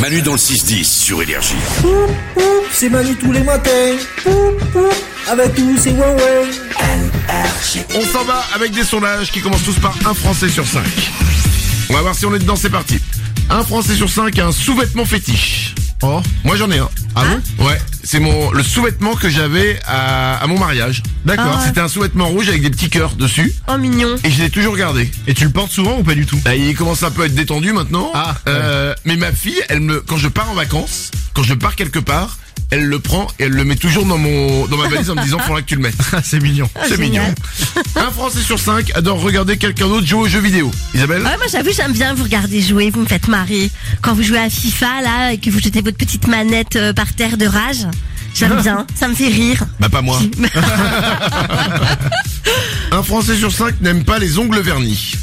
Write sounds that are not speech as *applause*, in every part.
Manu dans le 6-10 sur Énergie. C'est Manu tous les matins. Poup, poup, Avec tous ces Huawei. On s'en va avec des sondages qui commencent tous par un Français sur cinq. On va voir si on est dedans, c'est parti. Un Français sur cinq a un sous-vêtement fétiche. Oh, moi j'en ai un. Ah bon Ouais, c'est mon le sous-vêtement que j'avais à, à mon mariage. D'accord. C'était un sous-vêtement rouge avec des petits cœurs dessus Oh mignon. et je l'ai toujours gardé. Et tu le portes souvent ou pas du tout Là, il commence un peu à être détendu maintenant. Ah, Euh, mais ma fille, elle me, quand je pars en vacances, quand je pars quelque part, elle le prend et elle le met toujours dans mon, dans ma valise en me *laughs* disant, faudra que tu le mettes. Ah, c'est mignon. C'est mignon. génial. *laughs* Un Français sur cinq adore regarder quelqu'un d'autre jouer aux jeux vidéo. Isabelle Ouais, moi j'avoue, j'aime bien vous regarder jouer, vous me faites marrer. Quand vous jouez à FIFA là et que vous jetez votre petite manette euh, par terre de rage, j'aime *laughs* bien, ça me fait rire. Bah pas moi. Un Français sur cinq n'aime pas les ongles vernis.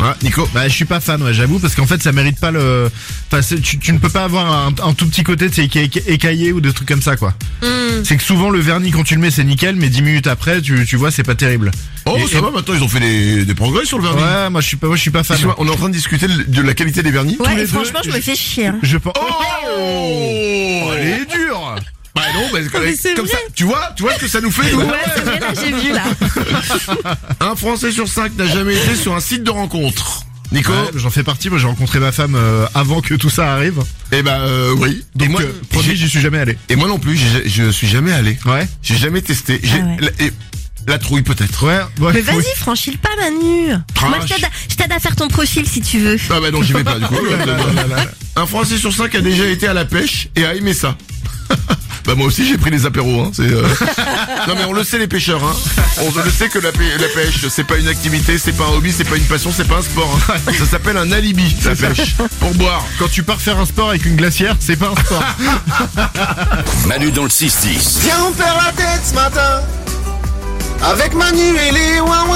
Ah, Nico Bah, je suis pas fan, ouais, j'avoue, parce qu'en fait, ça mérite pas le. Enfin, c'est- tu, tu ne peux pas avoir un, un tout petit côté, tu sais, éca- éca- écaillé ou des trucs comme ça, quoi. Hmm. C'est que souvent, le vernis, quand tu le mets, c'est nickel, mais 10 minutes après, tu, tu vois, c'est pas terrible. Oh Et- ça et- va maintenant ils ont fait des, des progrès sur le vernis. Ouais, moi, je suis pas, moi, je suis pas fan. Tu vois, on est en train de discuter de de la qualité des vernis. Ouais, les et deux, franchement, je me fais *laughs* chier. hein. Je pense. Oh Elle est dure Bah non, parce que- Oh, mais c'est comme vrai. ça, tu vois, tu vois ce que ça nous fait nous Ouais, c'est vrai, là j'ai *laughs* vu là. Un Français sur cinq n'a jamais été sur un site de rencontre. Nico Ouais, J'en fais partie, moi, j'ai rencontré ma femme euh, avant que tout ça arrive. Eh bah euh, oui. Donc, et, moi, moi, promis, j'ai- j'y suis jamais allé. et moi non plus, j'ai- je suis jamais allé. Ouais. J'ai jamais testé. J'ai- Ah ouais. la, et- la trouille peut-être. Ouais, ouais, Mais oui. vas-y, franchis le pas, Manu. Trash. Moi, je t'aide à- je t'aide à faire ton profil si tu veux. Ah bah non, j'y vais pas du coup. Un Français sur cinq a déjà été à la pêche et a aimé ça. *laughs* bah moi aussi j'ai pris les apéros. Hein, c'est, euh, non mais on le sait les pêcheurs. Hein. On le sait que la, pê- la pêche c'est pas une activité, c'est pas un hobby, c'est pas une passion, c'est pas un sport. hein. Ça s'appelle un alibi la pêche pour boire. Quand tu pars faire un sport avec une glacière, c'est pas un sport. Manu dans le 6-10. Viens, on perd la tête ce matin. Avec Manu et les Wawa.